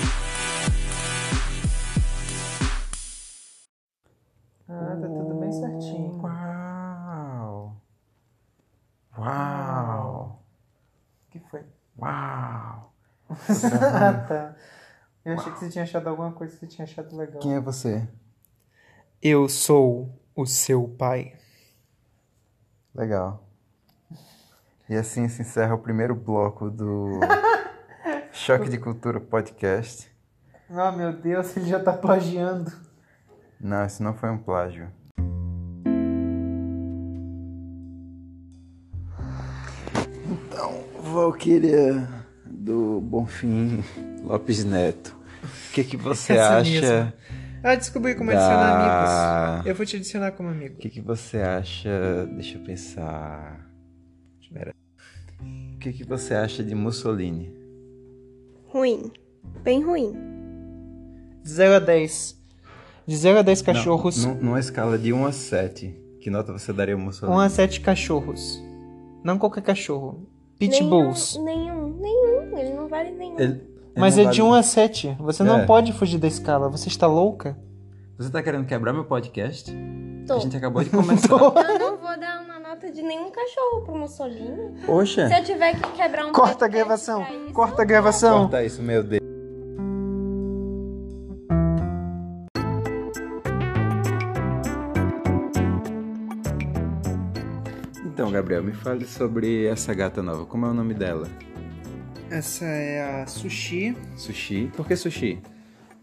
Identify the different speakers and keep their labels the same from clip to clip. Speaker 1: Ah, tá
Speaker 2: Hum.
Speaker 1: ah, tá. Eu achei que você tinha achado alguma coisa que você tinha achado legal.
Speaker 2: Quem é você?
Speaker 3: Eu sou o seu pai.
Speaker 2: Legal. E assim se encerra o primeiro bloco do Choque de Cultura Podcast.
Speaker 1: Ah, meu Deus, ele já tá plagiando.
Speaker 2: Não, isso não foi um plágio. Então, Valquíria do Bonfim Lopes Neto, o que, que você
Speaker 3: Essa
Speaker 2: acha?
Speaker 3: mesma. Ah, descobri como
Speaker 2: Da- Ah.
Speaker 3: adicionar amigos. Eu vou te adicionar como amigo.
Speaker 2: O que, que você acha? Deixa eu pensar. Espera. O que, que você acha de Mussolini?
Speaker 4: Ruim. Bem ruim.
Speaker 3: De 0 a 10. De 0 a 10 cachorros,
Speaker 2: Não, numa escala de 1 a 7, que nota você daria ao
Speaker 3: 1
Speaker 2: Mussolini?
Speaker 3: a 7 cachorros. Não qualquer cachorro.
Speaker 4: Nenhum,
Speaker 3: Pitbulls.
Speaker 4: Nenhum, nenhum. Ele não vale nenhum.
Speaker 2: Ele- ele
Speaker 3: Mas
Speaker 2: não
Speaker 3: é de
Speaker 2: vale-
Speaker 3: 1 a 7. Você não
Speaker 2: É.
Speaker 3: pode fugir da escala. Você está louca?
Speaker 2: Você tá querendo quebrar meu podcast?
Speaker 4: Tô.
Speaker 2: A gente acabou de começar.
Speaker 4: Eu não vou dar uma nota de nenhum cachorro pro Mussolini.
Speaker 2: Poxa!
Speaker 4: Se eu tiver que quebrar um
Speaker 3: Corta a
Speaker 4: podcast
Speaker 3: gravação.
Speaker 1: É
Speaker 4: pra isso,
Speaker 3: Corta a gravação.
Speaker 2: Corta isso, meu Deus. Então, Gabriel, me fale sobre essa gata nova. Como é o nome dela?
Speaker 3: Essa é a sushi,
Speaker 2: Sushi? Por que sushi?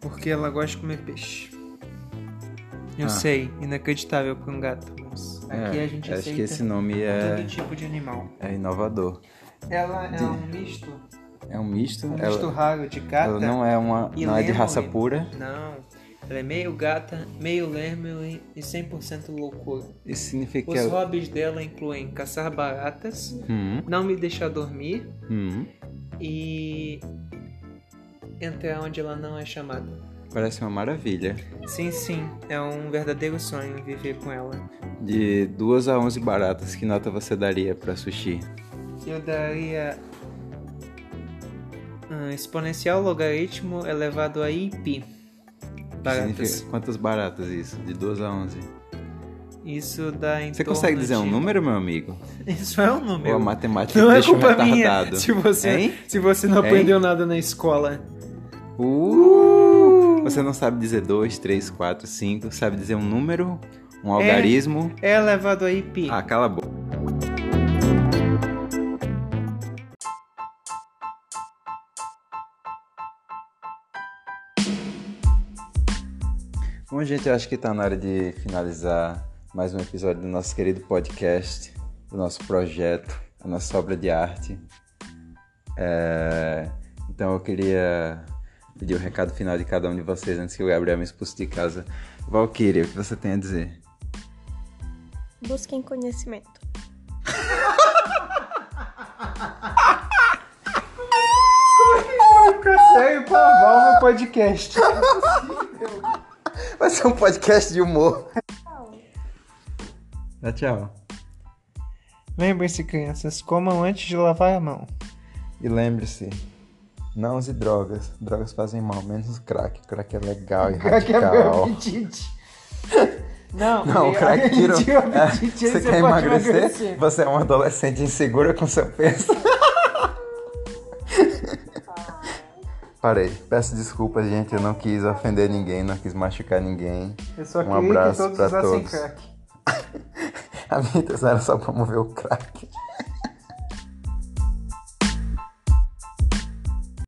Speaker 3: porque ela gosta de comer peixe. Eu
Speaker 2: Ah.
Speaker 3: sei, inacreditável para um gato, mas aqui
Speaker 2: É,
Speaker 3: a gente
Speaker 2: acho
Speaker 3: aceita
Speaker 2: que esse nome
Speaker 3: todo
Speaker 2: é,
Speaker 3: tipo de animal.
Speaker 2: é inovador.
Speaker 3: Ela é
Speaker 2: De-
Speaker 3: um misto,
Speaker 2: É um misto.
Speaker 3: um misto
Speaker 2: ela,
Speaker 3: raro de gata.
Speaker 2: ela não é uma,
Speaker 3: e
Speaker 2: não é de
Speaker 3: lemon,
Speaker 2: raça
Speaker 3: né?
Speaker 2: pura
Speaker 3: Não, ela é meio gata, meio lemur e 100% loucura.
Speaker 2: Isso significa que
Speaker 3: Os
Speaker 2: ela...
Speaker 3: hobbies dela incluem caçar baratas,
Speaker 2: Hum,
Speaker 3: não me deixar dormir
Speaker 2: hum.
Speaker 3: e entrar onde ela não é chamada.
Speaker 2: Parece uma maravilha.
Speaker 3: Sim, sim, é um verdadeiro sonho viver com ela.
Speaker 2: De 2 a 11 baratas, que nota você daria pra sushi?
Speaker 3: Eu daria hum, exponencial logaritmo elevado a IP. Baratas.
Speaker 2: Significa quantas baratas isso? De 2 a 11.
Speaker 3: Isso dá em
Speaker 2: Você
Speaker 3: torno
Speaker 2: consegue dizer um
Speaker 3: de-
Speaker 2: número, meu amigo?
Speaker 3: Isso é um
Speaker 2: Ou a
Speaker 3: número.
Speaker 2: matemática
Speaker 3: Não é
Speaker 2: deixa um
Speaker 3: culpa
Speaker 2: retardado?
Speaker 3: minha se você,
Speaker 2: Hein?
Speaker 3: se você não
Speaker 2: Hein?
Speaker 3: aprendeu nada na escola.
Speaker 2: Uh! Você não sabe dizer 2, 3, 4, 5. Sabe dizer um número? Um algarismo?
Speaker 3: É elevado a IP.
Speaker 2: Ah, cala a boca. Bom, gente, eu acho que tá na hora de finalizar mais um episódio do nosso querido podcast, do nosso projeto, da nossa obra de arte. É, Então eu queria pedir o recado final de cada um de vocês antes que o Gabriel me expulse de casa. Valkyria, o que você tem a dizer?
Speaker 4: Busquem conhecimento.
Speaker 3: Consegue pavar o meu podcast.
Speaker 2: Vai ser um podcast de humor. Dá tchau.
Speaker 3: Lembrem-se, crianças, comam antes de lavar a mão.
Speaker 2: E lembre-se, não use drogas. Drogas fazem mal, menos o crack. O crack é legal e
Speaker 3: Crack é meu
Speaker 2: radical.
Speaker 3: apetite. Não,
Speaker 2: Não, o
Speaker 3: é-
Speaker 2: crack tirou.
Speaker 3: tira o apetite,
Speaker 2: É,
Speaker 3: aí
Speaker 2: você quer
Speaker 3: pode
Speaker 2: emagrecer? Você é um adolescente insegura com seu peso. Parei. Peço desculpas, gente. Eu não quis ofender ninguém, não quis machucar ninguém.
Speaker 3: Eu só
Speaker 2: Um
Speaker 3: queria que
Speaker 2: abraço
Speaker 3: todos
Speaker 2: pra
Speaker 3: usassem
Speaker 2: todos.
Speaker 3: crack.
Speaker 2: A minha intenção era só promover o crack.